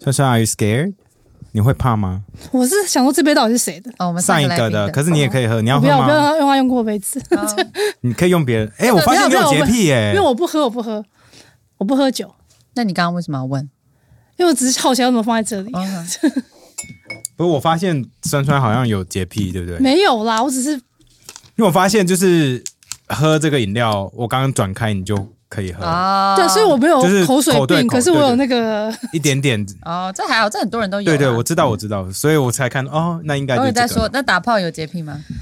他说 Are you scared？你会怕吗？我是想说这杯到底是谁的？哦，我们上一来个宾哦的，可是你也可以喝，你要我喝不要，我不吗？要用他用过的杯子，你可以用别人。哎，我不发要现你不要，有我洁不癖耶因为。我不喝，我不喝，我不喝酒，那你刚刚为什么要问？哦因为我只是好奇要怎么放在这哦 里。不是，我发现酸酸好像有洁癖，对不对？没有啦，我只是因为我发现就是喝这个饮料，我刚刚转开你就可以喝哦，对，所以我没有就是口水口对病，口可是我对对有那个一点点。哦，这还好，这很多人都有对啊。对，我知道，我知道，所以我才看哦，那应该都有就在这说个。，那打炮有洁癖吗？嗯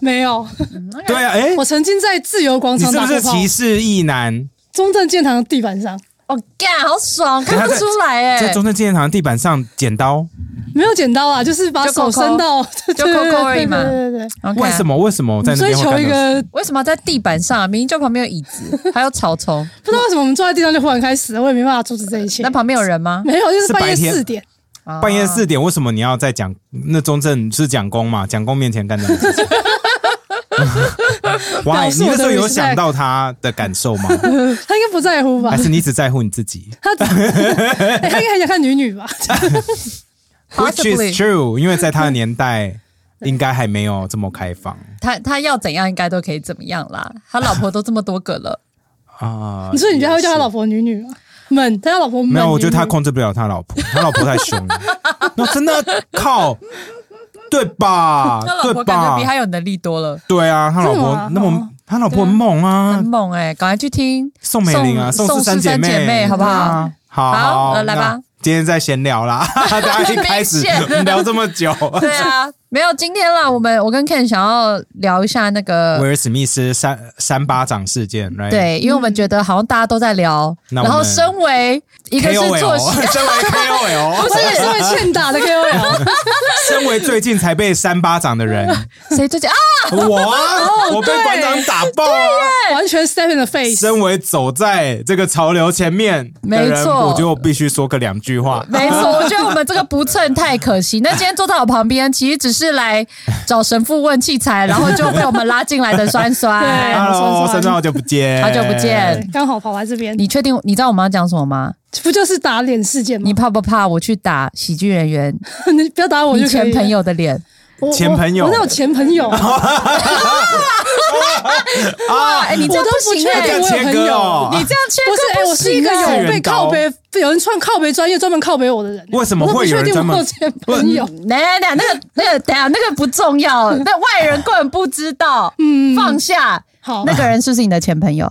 没有， 对啊，哎，我曾经在自由广你场是打不过是炮，歧视异男？中正建堂的地板上，哦，干，好爽，啊看不出来在哎，中正纪念堂地板上剪刀，没有剪刀啊，就是把就手抠抠伸到， 对就对抠对抠而已对嘛对对对 OK 为什？么？为什么我在对，那追边会求看一到？个为什么要在地板上啊？明明就旁边有椅 子，还有草丛，不知道为什么我们坐在地上就忽然开始了，我也没办法阻止这一切那。旁边有人吗？没有，就是是半夜白天四点， 哦半夜四点，为什么你要在讲那中正是蒋公 嘛？蒋公面前干这种事情？哇，表你示那我的时候有 respect 想到他的感受 吗？他应该不在乎吧还？ 是你只在乎你自己他哎他应该很想看女女吧？ ？Which Possibly is true，因为在他的年代应该还没有这么开放他他要怎样，应该都可以怎么样啦。他老婆都这么多个了，啊。 你说你觉得他会叫他老婆？婆女女吗？闷，他叫老婆闷。没有，我觉得他女女控制不了他老 婆，他老婆太凶了。那真的靠，对 吧他？老啊对婆感觉比吧他？有能力多了，对啊，他老真的婆吗那么哦，他老婆很猛啊很，猛哎！赶快去听宋美龄啊，宋宋氏宋氏姐三姐妹好不好对啊好好好，呃来吧那。今天在闲聊 啦， 大家一开始太明显了聊这么 久，对啊，没有今天啦，我们我跟 Ken 想要聊一下那威个。尔史密斯三三巴掌事件，right？哎对，因为我们觉得好像大家都在聊，那然我们后身为一个是做，KOL，戏， 身为 KOL， 不是是 会欠打的 KOL，身为最近才被三巴掌的 人，谁最近啊？我啊我被馆长打爆啊！完全 step in the face。身为走在这个潮流前面的没人，错我就必须说个两句话。没错，我觉得我们这个不蹭太可惜。那今天坐在我旁边，其实只是来找神父问器材，然后就被我们拉进来的 酸对酸。 Hello，酸酸深圳好久不见，好久不见对刚好跑来这边，你确定你知道我们要讲什么吗？不就是打脸事件吗你？怕不怕我去打喜剧演员你 你不要打我你就可以前了朋，友的脸？我前朋友我我哪有前朋友啊？哇，哎，你这我样都不不啊行确哎、定 这我有切朋割友哦。你这样切不是，哎、割我是一行个哎有被靠是背，有人创靠背专业专门靠背我的人。为什么我都会不有确人定专门我有前朋友？等一下等一下，那个那个等一下那个不重要，那外人根本不知道。嗯，放下。好， 那个人是不是你的前 朋友？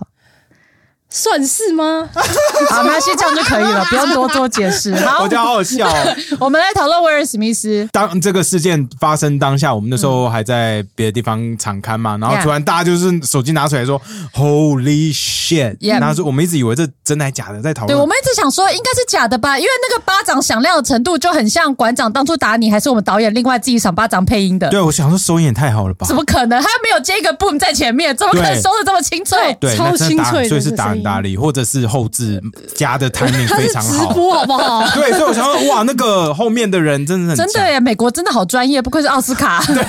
算是吗？哎好，没关系，这样就可 以了，不用多做解释。好我觉，得好好笑哦、我们来讨论威尔史密斯。当这个事件发生当下，我们那时候还在别的地方场刊嘛，然后 Yeah 突然大家就是手机拿出来说 “Holy shit”，、 Yeah 然后说我们一直以为这真的还假的，在讨对，论。我们一直想说应该是假的吧，因为那个巴掌响亮的程度就很像馆长当初打你，还是我们导演另外自己赏巴掌配音的。对我想说收音也太好了吧怎？么可能？他没有接一个 boom 在前面，怎么可能对收的这么清脆？对，超那真的打清脆的所以是这打声很音大力，或者是后置加呃的 timing 他非是常直好。播好 不好？对，所以我想说，哇，那个后面的人真的很真强的耶，美国真的好专业，不愧是奥斯卡。或者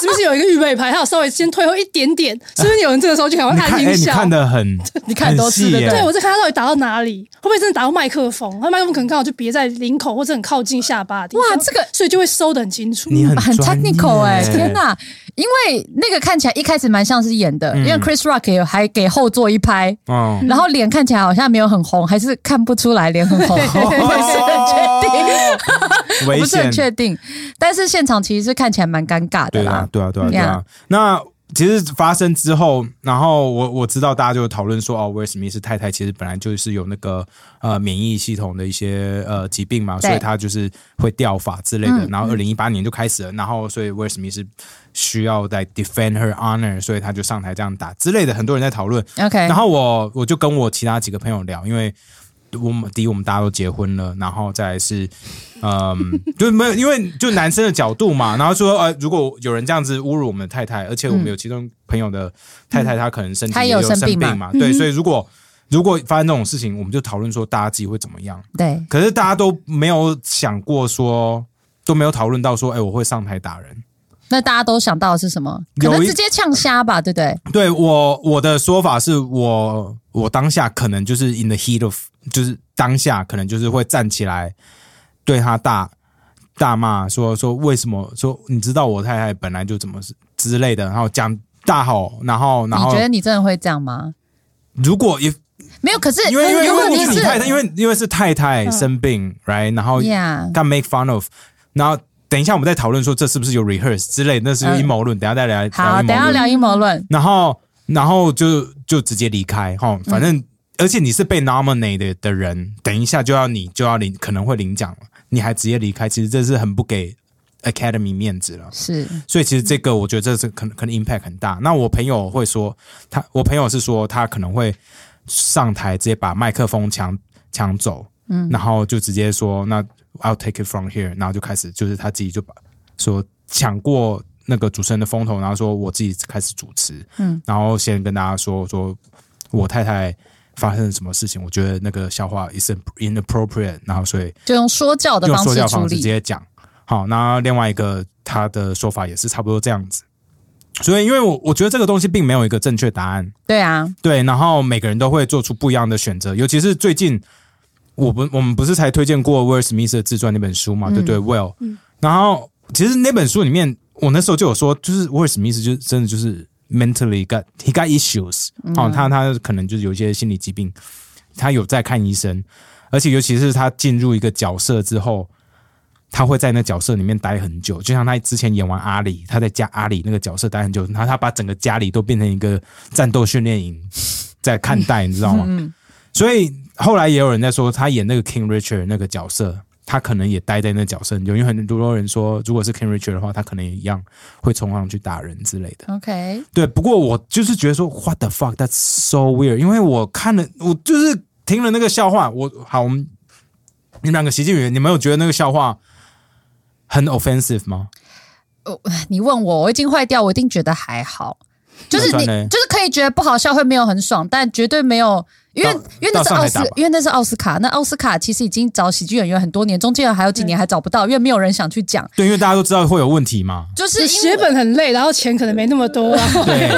是不是有一个预备牌，他有稍微先退后一点点？是不是有人这个时候就赶快你看，按哎、音你效？看的很， 你看多很次细的耶。对，我在看他到底打到哪里，会不会真的打到麦克风？他麦克风可能刚好就别在领口或者很靠近下巴的地方。哇这个所以就会收的很清楚。你很 嗯很专业 technical 哎、天！哪！因为那个看起来一开始蛮像是演的，因为嗯 Chris Rock 也还给后座一拍， 哦，然后脸看起来好像没有很红，还是看不出来脸很 红， 我不是很确定，哦 定，危不是很险，确定。但是现场其实是看起来蛮尴尬的对啊啦，，对啊，对啊，对啊 Yeah。那其实发生之后，然后我我知道大家就讨论说，哦，威尔史密斯太太其实本来就是有那个呃免疫系统的一些呃疾病嘛，对嗯所以她就是会掉发之类的。然后二零一八年就开始了，然后所以威尔史密斯需要来 defend her honor，所以他就上台这样打之类的，很多人在讨论。 OK，啊然后我我就跟我其他几个朋友聊，因为我们第一我们大家都结婚了，然后再来是，嗯， 就没有因为就男生的角度嘛，然后说呃，如果有人这样子侮辱我们的太太，而且我们有其中朋友的太太，她可能身体嗯她也有有生生病嘛嗯嘛，对，所以如果如果发生这种事情，我们就讨论说大家自己会怎么样。对，可是大家都没有想过说，都没有讨论到说，哎、我会上台打人。那大家都想到的是什么？可有能一直接呛虾吧，对不对？对我我的说法是我我当下可能就是 in the heat of，就是当下可能就是会站起来对他大大骂说说为什么说你知道我太太本来就怎么是之类的，然后讲大吼，然后然你后觉得你真的会这样吗？如果也没有，可是因为因为如因果为你是你是太太，因为因为是太太嗯生病、right，然后 Yeah 干 make fun of，然后等一下我们再讨论说这是不是有 rehearse 之类的，那是阴谋论，等一下再聊嗯好，聊阴谋等一下论。聊阴谋论。然后然后就就直接离开哈，齁反正、而且你是被 nominated 的人，等一下就要你就要领可能会领奖了，你还直接离开，其实这是很不给 Academy 面子了。是所以其实这个我觉得这是可能可能 impact 很大。那我朋友会说，他我朋友是说他可能会上台直接把麦克风抢抢走，嗯，然后就直接说那 I'll take it from here，然后就开始就是他自己就把说抢过那个主持人的风头，然后说我自己开始主持，嗯，然后先跟大家说说我太太。发生了什么事情？我觉得那个笑话 is inappropriate，然后所以就用说教的用方说式教处方式直理，接讲。好，那另外一个他的说法也是差不多这样子。所以，因为我我觉得这个东西并没有一个正确答案，对啊，对，然后每个人都会做出不一样的选择，尤其是最近，我不我们不是才推荐过威尔史密斯的自传那本书嘛，对不对，Well，、然后其实那本书里面，我那时候就有说，就是威尔史密斯就真的就是 mentally got he got issues，哦，他他可能就是有一些心理疾病，他有在看医生，而且尤其是他进入一个角色之后。他会在那角色里面待很久，就像他之前演完阿里，他在家阿里那个角色待很久，然后他把整个家里都变成一个战斗训练营在看待，嗯你知道吗？所以后来也有人在说，他演那个 King Richard 那个角色，他可能也待在那角色。有因为很多人说，如果是 King Richard 的话，他可能也一样会冲上去打人之类的。 ，OK，对，不过我就是觉得说，What the fuck，that's so weird。因为我看了，我就是听了那个笑话，我好，我们你们两个习近平，你们有觉得那个笑话很 offensive 吗？你问我，我已经坏掉，我一定觉得还好。就是那你，算嘞就是可以觉得不好笑，会没有很爽，但绝对没有，因为到因为那到是上海奥斯打吧，因为那是奥斯卡，那奥斯卡其实已经找喜剧演员很多年，中间还有几年还找不到，因为没有人想去讲，对，因为大家都知道会有问题嘛，就是因为写本很累，然后钱可能没那么多， 然后 对，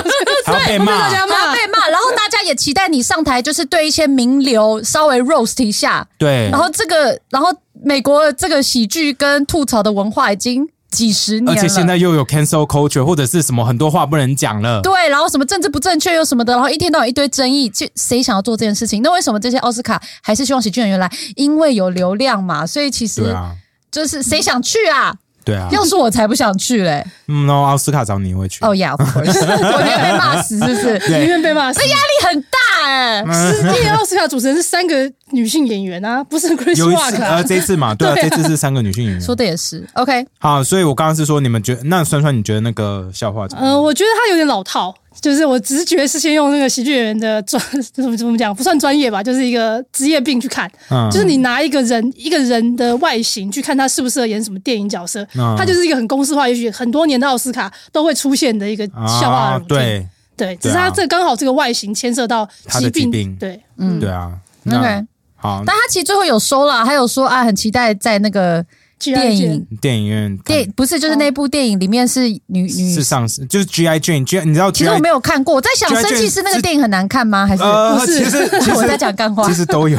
还要被骂大，家然后 骂被骂，然后大家也期待你上台，就是对一些名流稍微 roast 一下，对然，后这个，然后美国这个喜剧跟吐槽的文化已经几十而年了，且现在又有 cancel culture，或者是什么很多话不能讲了。对，然后什么政治不正确又什么的，然后一天到晚一堆争议，就谁想要做这件事情？那为什么这些奥斯卡还是希望喜剧演员来？因为有流量嘛，所以其对实啊，就是谁想去啊？对啊。要是我才不想去嘞！嗯，然后奥斯卡找你会去。哦、呀，yeah，of course，我觉得被骂死是 不是？宁愿被骂死。力很大哎、是因为奥斯卡主持人是三个女性演员 啊，不是 Chris 有一次， Rock 呃，啊。这一次 嘛，对啊，对啊这次是三个女性演员说。的也是，OK，好，所以我刚刚是说，你们觉得那酸酸，你觉得那个笑话怎么样？呃，我觉得他有点老套，就是我直觉是先用那个喜剧演员的专怎么怎么讲，不算专业吧，就是一个职业病去看，嗯就是你拿一个人一个人的外形去看他适不适合演什么电影角色，嗯他就是一个很公式化，也许很多年的奥斯卡都会出现的一个笑话啊的 routine、对对，只是他这刚好这个外形牵涉到他的疾病对，对啊。那嗯 OK，好，但他其实最后有收了，还有说啊，很期待在那个电影电影院看电不是就是那部电影里面是女女嗯哦是，上市，就是 G I Jane，G 你知道其 G 实我 I 没有看过，我在想居《然生气是那个是电影很难看吗？还是呃，不其是实其实 我在讲干话其实 都有，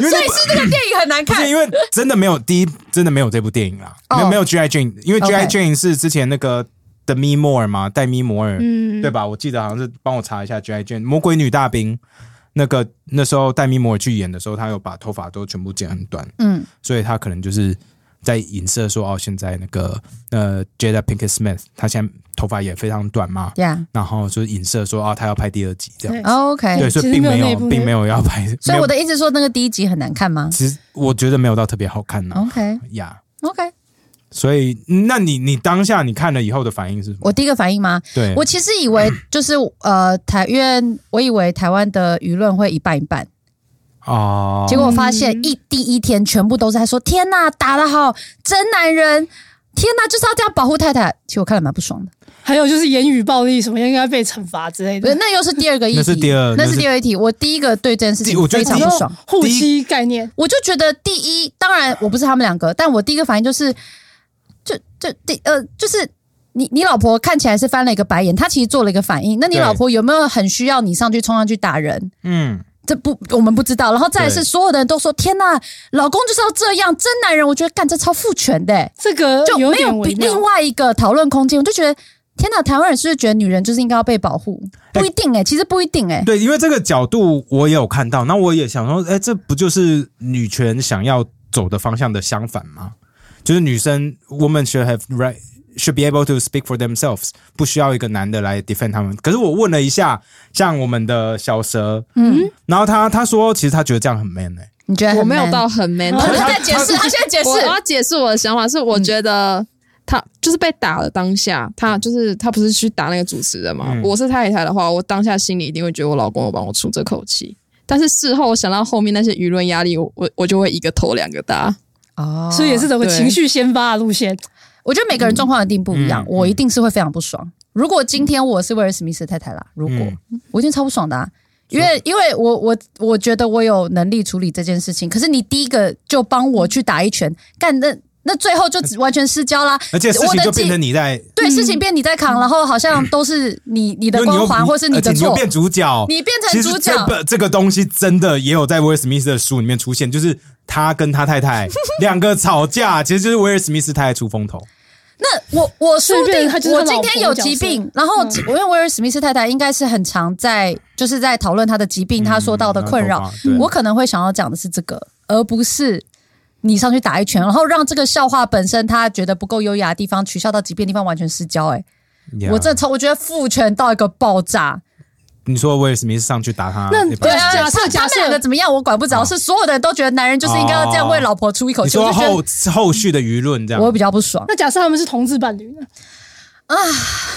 因为所以是那个电影很难不看是因为真的没有第一，真的没有这部电影啦，哦没有没有 G I Jane，因为 G I OK Jane 是之前那个的咪摩尔嘛，戴咪摩尔，嗯对吧？我记得好像是帮我查一下 G I Jane 魔鬼女大兵。那个那时候戴咪摩尔去演的时候，她有把头发都全部剪很短，嗯，所以她可能就是在影射说，哦，现在那个呃 Jada Pinkett Smith 她现在头发也非常短嘛，对呀然后就是影射说，啊，她要拍第二集这样，对哎对， ，OK。所以其实并没有没那有一部并没有要拍，所没以有我的意思说，那个第一集很难看吗其实我觉得没有到特别好看呐、 ？OK 呀 OK，所以，那你你当下你看了以后的反应是什么？我第一个反应吗？对，我其实以为就是呃台，因为我以为台湾的舆论会一半一半，哦，结果我发现一第一天全部都在说：“天呐，打得好，真男人！天呐，就是要这样保护太太。”其实我看了蛮不爽的。还有就是言语暴力什么应该被惩罚之类不是的，那又是第二个议题，那是第二那那是是第二议题。我第一个对这件事情我觉非得常第一不爽。护膝概念，我就觉得第一，当然我不是他们两个，但我第一个反应就是，就就第呃，就是你你老婆看起来是翻了一个白眼，她其实做了一个反应。那你对老婆有没有很需要你上去冲上去打人？嗯，这不我们不知道。然后再来是对所有的人都说：“天呐，老公就是要这样，真男人！”我觉得干这超父权的、欸这个就呃有没点有比微另妙。外一个讨论空间。我就觉得天呐，台湾人是不是觉得女人就是应该要被保护？不一定哎、其实不一定哎、对，因为这个角度我也有看到，那我也想说，哎，这不就是女权想要走的方向的相反吗？就是女生，woman should have right should be able to speak for themselves，不需要一个男的来 defend 他们。可是我问了一下，像我们的小蛇，嗯，然后他他说，其实他觉得这样很 man 哎、你觉得我很没有 man 到很 man，他可是现在解释，他现在解释我，我要解释我的想法是，我觉得他就是被打了当下，他就是他不是去打那个主持人嘛？嗯我是太太的话，我当下心里一定会觉得我老公有帮我出这口气。但是事后我想到后面那些舆论压力，我我我就会一个头两个大。哦所以也是走个对情绪先发的路线，我觉得每个人状况一定不一样，嗯我一定是会非常不爽。如果今天我是威尔史密斯的太太啦，如果、嗯我一定超不爽的、啊，因为因为我我我觉得我有能力处理这件事情，可是你第一个就帮我去打一拳，干那那最后就只完全失焦啦。而且事我情的就记变成你在，对，事情变你在扛，然后好像都是你你的因为你光又环，或是你而且的你又错，变主角，你变其成实主角这。本这个东西真的也有在威尔史密斯的书里面出现，就是他跟他太 太两个吵架，其实就是威尔史密斯太太出风头。那我我说不所以变定成他就是我他老今婆天有疾病，嗯然后嗯我因为威尔史密斯太太应该是很常在就是在讨论他的疾病，他说到的困扰，嗯我可能会想要讲的是这个，而不是你上去打一拳，然后让这个笑话本身他觉得不够优雅的地方，取笑到极变的地方完全失焦、欸。 Yeah 我这从我觉得父权到一个爆炸。你说威尔史密斯上去打他，哎那一巴对掌啊，假设他假他设们两个怎么样，我管不着，哦是所有的人都觉得男人就是应该要这样为老婆出一口啊你气，啊我说就觉后得后续的舆论这样，哦我会比较不爽。那假设他们是同志伴侣呢？啊，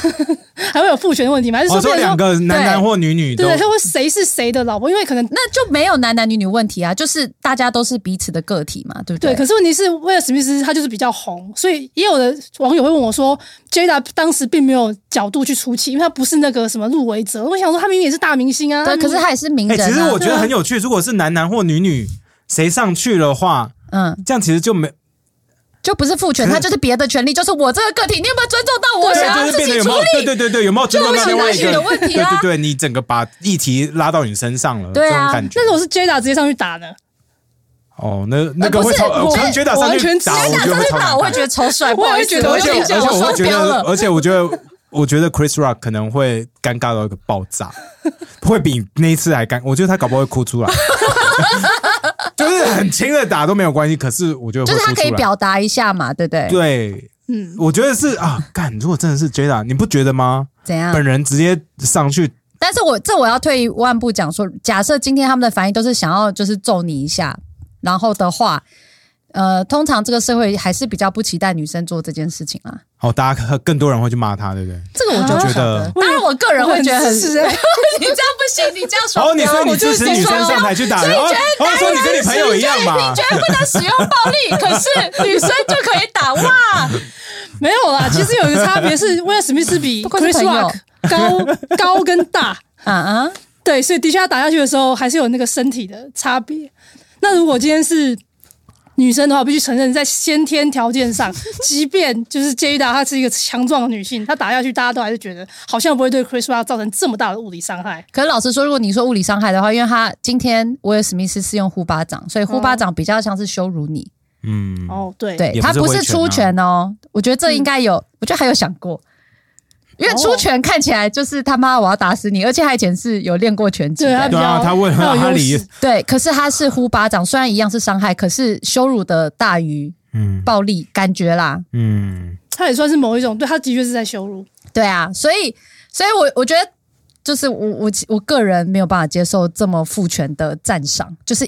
还会有父权的问题吗？还是我说哦说两变成说个男男或女女对都对，他会谁是谁的老婆？因为可能那就没有男男女女问题啊，就是大家都是彼此的个体嘛，对不对，对？可是问题是，威尔史密斯他就是比较红，所以也有的网友会问我说，Jada 当时并没有角度去出气，因为他不是那个什么入围者。我想说，他明明也是大明星啊，对，可是他他也是名哎、人、啊。其实我觉对得啊很有趣。如果是男男或女女谁上去的话，嗯，这样其实就没就不是父权，可是他就是别的权利，就是我这个个体，你有没有尊重到我想对，要就是啊自变得己有处没有对理？对对对，有没有尊重就到是另外男一女个的问题啊对对对，你整个把议题拉到你身上了，对啊这种感觉那。如果是 Jada 直接上去打呢？哦，那那个不会是超，我我觉得打我上完去全打，直我想觉得上会去超哎打，难我会觉得超我帅，也不好意思觉得我而我也且跟你而讲，且我双会觉标得，了。而且我觉得，我觉得 Chris Rock 可能会尴尬到一个爆炸，会比那一次还尴。我觉得他搞不好会哭出来，就是很轻的打都没有关系，可是我觉得就会是他哭可以出来。表达一下嘛，对不对？对，嗯，我觉得是啊，干，如果真的是 Jada，你不觉得吗？怎样？本人直接上去，但是我这我要退一万步讲说，假设今天他们的反应都是想要就是揍你一下，然后的话，呃，通常这个社会还是比较不期待女生做这件事情啊。哦，大家更多人会去骂他，对不对？这个我就啊不晓得当然我个人会觉 得很，我很支哎持你这样不行，你这样哦，双你标，说你我就支持是女生双上标。台去打人，哦，哦，说你跟你朋友一样嘛你觉，得不能使用暴 力，可是女生就可以打哇？没有啦。其实有一个差别是，威尔史密斯比 不愧 Chris 是朋友 Rock 高高跟大，啊嗯啊！对，所以的确他打下去的时候还是有那个身体的差别。那如果今天是女生的话，我必须承认，在先天条件上，即便就是杰伊达她是一个强壮的女性，她打下去，大家都还是觉得好像不会对 Chris Rock 造成这么大的物理伤害。可是老实说，如果你说物理伤害的话，因为他今天威尔史密斯是用呼巴掌，所以呼巴掌比较像是羞辱你，嗯，哦，对，对也不他是不挥是拳出啊嗯拳哦。我觉得这应该有，我觉得还有想过，因为出拳看起来就是他妈我要打死你，而且他以前是有练过拳击对他的比。对较啊他为了她有哈优利势对，可是他是呼巴掌，虽然一样是伤害，可是羞辱的大于嗯暴力感觉啦。嗯，她也算是某一种，对她的确是在羞辱。对啊，所以，所以我我觉得，就是我我我个人没有办法接受这么父权的赞赏，就是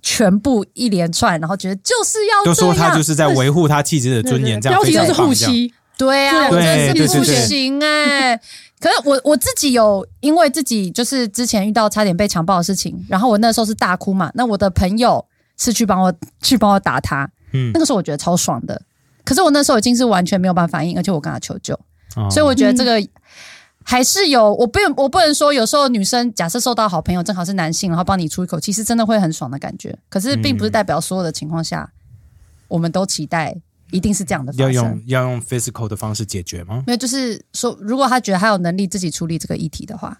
全部一连串，然后觉得就是要就这说样，他就是在维护他妻子的尊严，这对样标非题常都是棒护这样膝，对啊，我对真的对是对不对行哎、可是我我自己有，因为自己就是之前遇到差点被强暴的事情，然后我那时候是大哭嘛，那我的朋友是去帮我去帮我打他，嗯那，个时候我觉得超爽的，可是我那时候已经是完全没有办法反应，而且我跟他求救。哦所以我觉得这个还是有，我不我不能说有时候女生假设受到好朋友正好是男性，然后帮你出一口气，嗯是真的会很爽的感觉。可是并不是代表所有的情况下，我们都期待一定是这样的要发生用。要用 physical 的方式解决吗？没有，就是说，如果他觉得他有能力自己处理这个议题的话，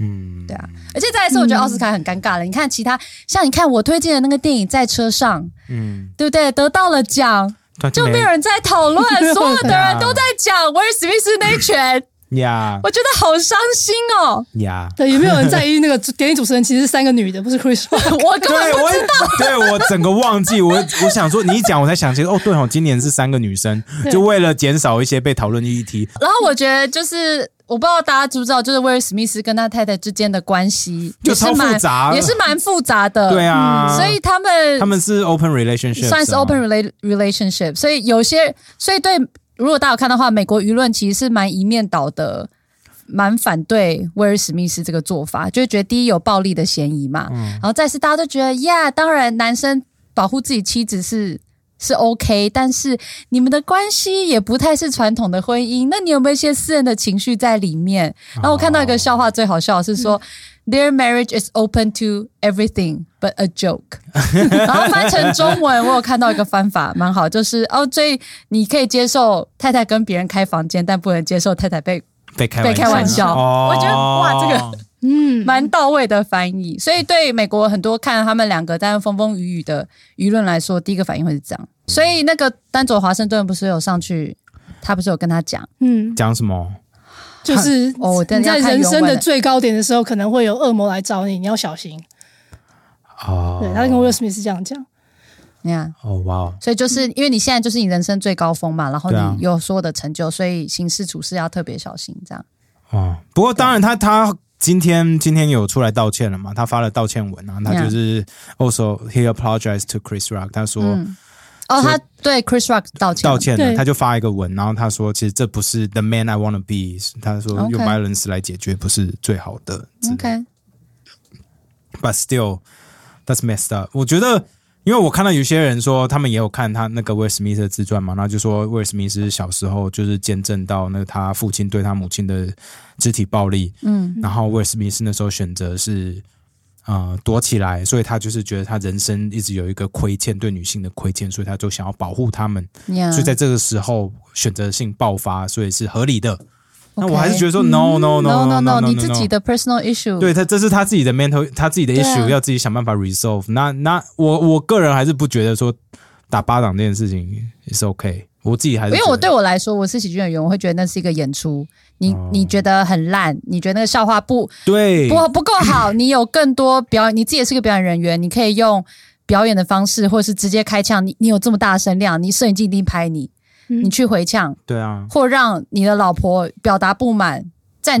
嗯，对啊，而且再来是，我觉得奥斯卡很尴尬了。你看其他，像你看我推荐的那个电影《在车上》，嗯，对不对？得到了奖，但就没有人在 讨论，所有的人都在啊讲威尔史密斯那一拳，呀我觉得好伤心哦。呀，对，也没有人在意 那个主典礼主持人其实是三个女的，不是 Chris Rock。我根对，本不我对我整个忘记，我我想说你一讲，我才想起哦，对哦，今年是三个女生，就为了减少一些被讨论的议题，然后我觉得就是。我不知道大家知不知道，就是威尔史密斯跟他太太之间的关系就也是超复蛮杂也是蛮复杂的。对啊，所以他们他们是 open relationship，算是吗 open rela- relationship，所以有些，所以对，如果大家有看的话，美国舆论其实是蛮一面倒的，蛮反对威尔史密斯这个做法，就会觉得第一有暴力的嫌疑嘛，然后再是大家都觉得呀，当然男生保护自己妻子是。是 OK，但是你们的关系也不太是传统的婚姻，那你有没有一些私人的情绪在里面？然后我看到一个笑话，最好笑的是说、t h e i r marriage is open to everything but a joke。然 后翻成中文，我有看到一个翻法，蛮好，就是哦，所以你可以接受太太跟别人开房间，但不能接受太太被被开被开玩笑哦、我觉得哇这个嗯，蛮到位的翻译。所以对美国很多看他们两个但风风雨雨的舆论来说，第一个反应会是这样。所以那个丹佐华盛顿不是有上去，他不是有跟他讲嗯，讲什么？就是哦我等你一下在看人原生文的了最高点的时候，可能会有恶魔来找你，你要小心。哦，对，他跟 Will Smith 是这样讲，那样。哦哇哦，所以就是因为你现在就是你人生最高峰嘛，然后对啊你有所有的成就，所以行事处事要特别小心。这样哦，不过当然他他今天今天有出来道歉了嘛，他发了道歉文啊，他就是 also he apologized to Chris Rock，他说。哦，所以他对 Chris Rock 道歉了，道歉了，对他就发一个文，然后他说，其实这不是 the man I want to be，他说 OK 用 violence 来解决不是最好的之类的 OK， but still that's messed up。我觉得，因为我看到有些人说，他们也有看他那个威尔史密斯的自传嘛，然后就说威尔史密斯小时候就是见证到那个他父亲对他母亲的肢体暴力，嗯，然后威尔史密斯那时候选择是。呃，躲起来，所以他就是觉得他人生一直有一个亏欠，对女性的亏欠，所以他就想要保护他们， Yeah，所以在这个时候选择性爆发，所以是合理的。那 OK 我还是觉得说，no no no no no no，你自己的 personal issue，对他，这是他自己的 mental，他自己的嗯对啊 issue，、要自己想办法 resolve 那。那我我个人还是不觉得说打巴掌这件事情 is OK，我自己还是因为觉我得对我来说，我是喜剧演员，我会觉得那是一个演出。你、你觉得很烂，你觉得那个笑话不哦对不不够好，你有更多表演，你自己也是个表演人员，你可以用表演的方式，或者是直接开枪。你你有这么大的声量，你摄影机一定拍你，嗯你去回呛，对啊，或让你的老婆表达不满，站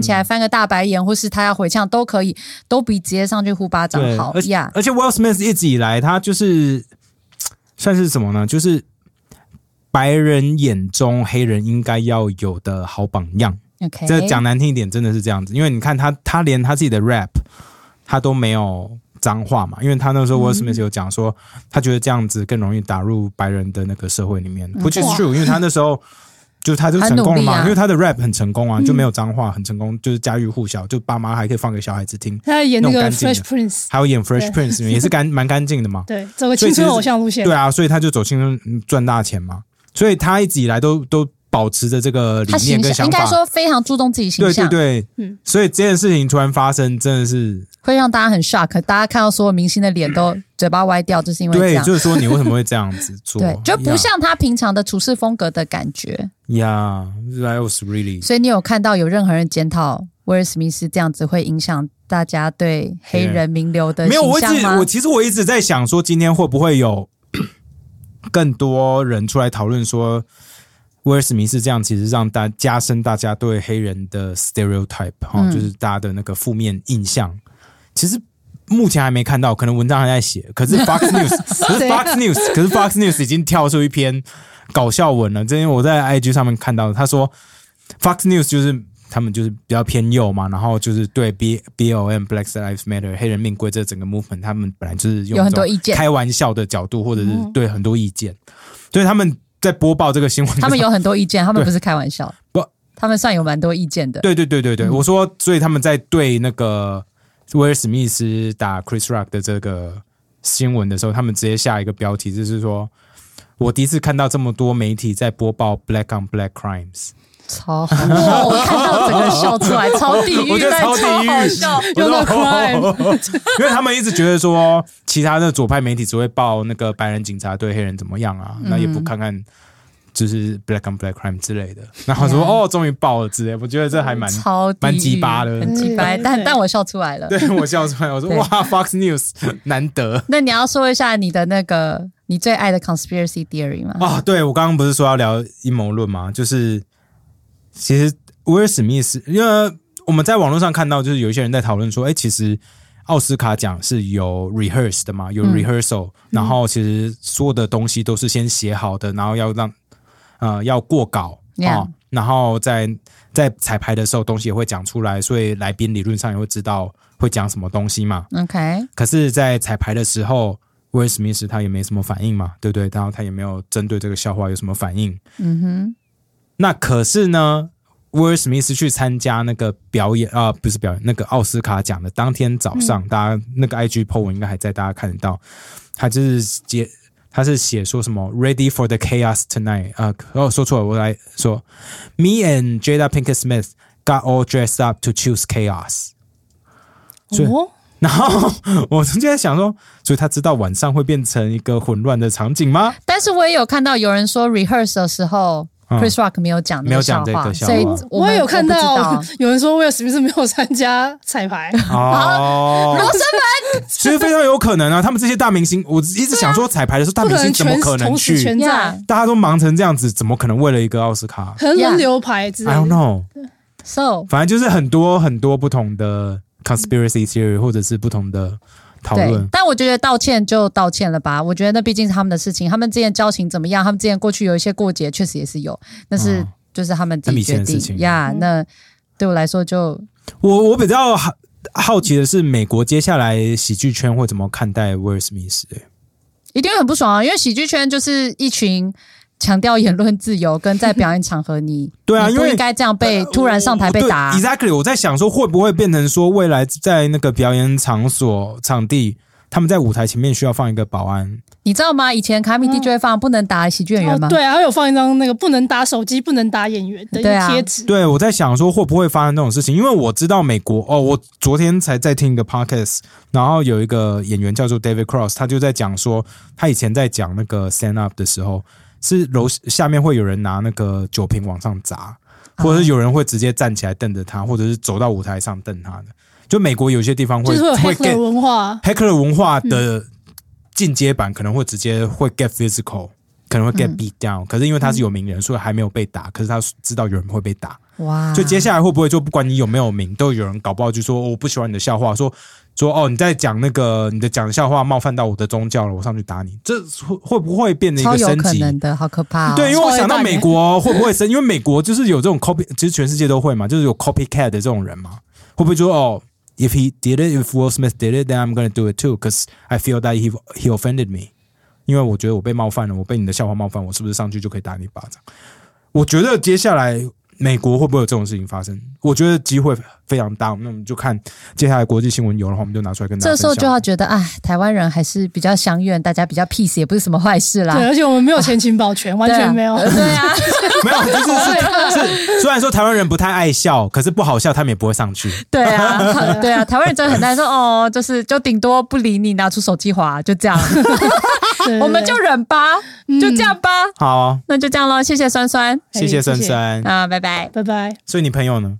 嗯起来翻个大白眼，或是她要回呛都可以，都比直接上去呼巴掌对，好而且呀。而且 Will Smith 一直以来他就是算是什么呢？就是白人眼中黑人应该要有的好榜样。 OK，这讲难听一点，真的是这样子，因为你看他，他连他自己的 rap 他都没有脏话嘛，因为他那时候 Will Smith 有讲说，他觉得这样子更容易打入白人的那个社会里面，which is true，因为他那时候。就是他就成功了嗯很努嘛，力啊因为他的 rap 很成功啊，就没有脏话，很成功，就是家喻户晓，就爸妈还可以放给小孩子听，他在演那那个种干 Fresh 净 Prince，还有演 Fresh Prince 也是干蛮干净的嘛。对，走个所以青春其实偶像路线。对啊，所以他就走青春嗯赚大钱嘛，所以他一直以来都都保持着这个理他念形跟象想应法。该说非常注重自己 形对象，对对，嗯所以这件事情突然发生，真的是会让大家很 shock，大家看到所有明星的 脸都嘴巴歪掉，就是因为这对，样 就。是说你为什么会这样子做？对，就不像他平常的处事风格的感觉，呀，that was really 所以你有看到有任何人检讨威尔史密斯这样子会影响大家对黑人名流的没有。我形一象直吗我？其实我一直在想说，今天会不会有 更多人出来讨论说，威尔史密斯这样其实让大加深大家对黑人的 stereotype 哈、嗯就是大家的那个负面印象。其实。目前还没看到，可能文章还在写。可 是 Fox News，可是 Fox News，可是 Fox News 已经跳出一篇搞笑文了。之前我在 IG 上面看到，他说 Fox News 就是他们就是比较偏右嘛，然后就是对 B B O M Black Lives Matter 黑人命贵这整个 movement，他们本来就是用有很多这种意见嗯开玩笑的角度，或者是对很多意见，所以他们在播报这个新闻的时候，他们有很多意见，他们对不是开玩笑不，他们算有蛮多意见的。 对对对对嗯对，我说，所以他们在对那个威尔史密斯打 Chris Rock 的这个新闻的时候，他们直接下一个标题就是说我第一次看到这么多媒体在播报 black on black crimes，超好 笑，我看到整个笑出来，超地我狱，觉得但超超地好狱笑。我 用到说 crime 因为他们一直觉得说其他的左派媒体只会报那个白人警察对黑人怎么样啊，那也不看看。就是 black on black crime 之类的，然后说、哦，终于爆了之类的，我觉得这还蛮超地狱蛮鸡巴的很鸡巴，对但但我笑出来了。对我笑出来，我说对哇，Fox News 难得那你要说一下你的那个你最爱的 conspiracy theory 吗？啊！对我刚刚不是说要聊阴谋论吗？就是其实威尔史密斯，因为我们在网络上看到，就是有一些人在讨论说，哎，其实奥斯卡奖是有 rehearse 的嘛，有嗯 rehearsal，、然后其实所有的东西都是先写好的，然后要让呃要过稿啊、 Yeah 然后在在彩排的时候东西也会讲出来，所以来宾理论上也会知道会讲什么东西嘛。 OK，可是，在彩排的时候，威尔史密斯他也没什么反应嘛，对不对？然后他也没有针对这个笑话有什么反应。嗯哼，那可是呢，威尔史密斯去参加那个表演啊、不是表演，那个奥斯卡奖的当天早嗯上，大家那个 IG po 文应该还在，大家看得到，他就是写，他是写说什么 “Ready for the chaos tonight” 啊、哦，说错了，我来说，“Me and Jada Pinkett Smith got all dressed up to choose chaos”。所以哦， 然后我中间在想说，所以他知道晚上会变成一个混乱的场景吗？但是我也有看到有人说 rehearse 的时候。嗯 Chris Rock 没有讲那没有个讲笑这个话，笑所以话我我们也有看我到不知 道有人说威尔史密斯没有参加彩 排，哦， 罗生门，其实非常有可能啊。他们这些大明星，我一直想说彩排的时候，大不明可星能怎么全可能同时去全？在 Yeah，大家都忙成这样子，怎么可能为了一个奥斯卡可能轮流排之类？I don't 的。 know， So 反正就是很多很多不同的 conspiracy theory，或者是不同的讨对论，。但我觉得道歉就道歉了吧。我觉得那毕竟是他们的事情，他们之间交情怎么样，他们之间过去有一些过节，确实也是有，那是嗯就是他们自很己明显决的定事情呀。Yeah，那对我来说就我我比较好好奇的是，美国接下来喜剧圈会怎么看待威尔史密斯？欸一定会很不爽啊，因为喜剧圈就是一群强调言论 自由，跟在表演场合你对啊你不因为应该这样被突然上台被打啊对。Exactly，我在想说会不会变成说未来在那个表演场所场地，他们在舞台前面需要放一个保安，你知道吗？以前卡米蒂就会放不能打喜剧演员吗？哦，对啊，还有放一张那个不能打手机、不能打演员的一对个啊贴纸。对我在想说会不会发生这种事情？因为我知道美国哦，我昨天才在听一个 podcast，然后有一个演员叫做 David Cross，他就在讲说他以前在讲那个 stand up 的时候，是楼下面会有人拿那个酒瓶往上砸，啊或者是有人会直接站起来瞪着他，或者是走到舞台上瞪他的。就美国有些地方就会是会有会 get hacker 文化， hacker 文化嗯的进阶版可能会直接会 get physical，可嗯能会 get beat down、可是因为他是有名人，所以还没有被打。可是他知道有人会被打，哇！所以接下来会不会就不管你有没有名，都有人搞不好就说、哦我不喜欢你的笑话，说说哦你在讲那个你的讲的笑话冒犯到我的宗教了，我上去打你。这会会不会变得一超个有升可级？能的，好可怕、哦。对，因为我超想到大美人国哦会不会升，因为美国就是有这种 copy，其实全世界都会嘛，就是有 copycat 的这种人嘛，会不会就说哦，if he did it, if Will Smith did it, then I'm gonna do it too, cause I feel that he he offended me，因为我觉得我被冒犯了，我被你的笑话冒犯，我是不是上去就可以打你一巴掌？我觉得接下来美国会不会有这种事情发生？我觉得机会非常大，那我们就看接下来国际新闻有的话，我们就拿出来跟大家这分时享。候就要觉得，哎，台湾人还是比较相怨，大家比较 peace，也不是什么坏事啦 对，。啊而且我们没有前情保全，完啊 对啊全没有。对啊，没有，就是是是，虽然说台湾人不太爱笑，可是不好笑他们也不会上去。对啊，对啊，台湾人真的很难说哦，就是就顶多不理你，拿出手机划，就这 样，对 我们就忍吧，就这样吧，好，哦那就这样咯，谢哎谢酸酸，谢谢森，森。啊，拜对拜。对对拜拜。所以你朋友呢？